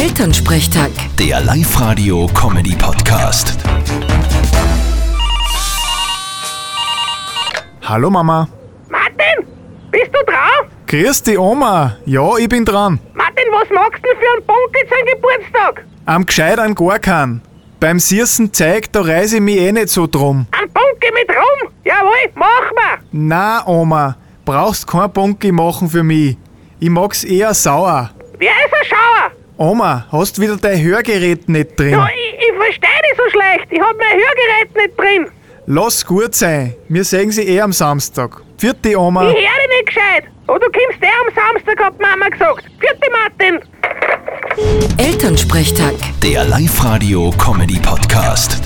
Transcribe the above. Elternsprechtag. Der Live-Radio-Comedy-Podcast. Hallo Mama. Martin, bist du drauf? Grüß die Oma. Ja, ich bin dran. Martin, was magst du denn für einen Bunkel zum Geburtstag? Am gescheit an gar keinen. Beim Sirsen zeigt, da reise ich mich eh nicht so drum. Ein Bunkel mit rum? Jawohl, mach mal. Na, Oma, brauchst kein Bunky machen für mich. Ich mag's eher sauer. Wer ist ein Schauer? Oma, hast wieder dein Hörgerät nicht drin? Ja, ich, ich verstehe dich so schlecht. Ich hab mein Hörgerät nicht drin. Lass gut sein. Wir sehen sie eh am Samstag. Vierte Oma. Ich höre dich nicht gescheit. Oh, du kommst der am Samstag, hat die Mama gesagt. Vierte Martin. Elternsprechtag. Der Live-Radio-Comedy-Podcast.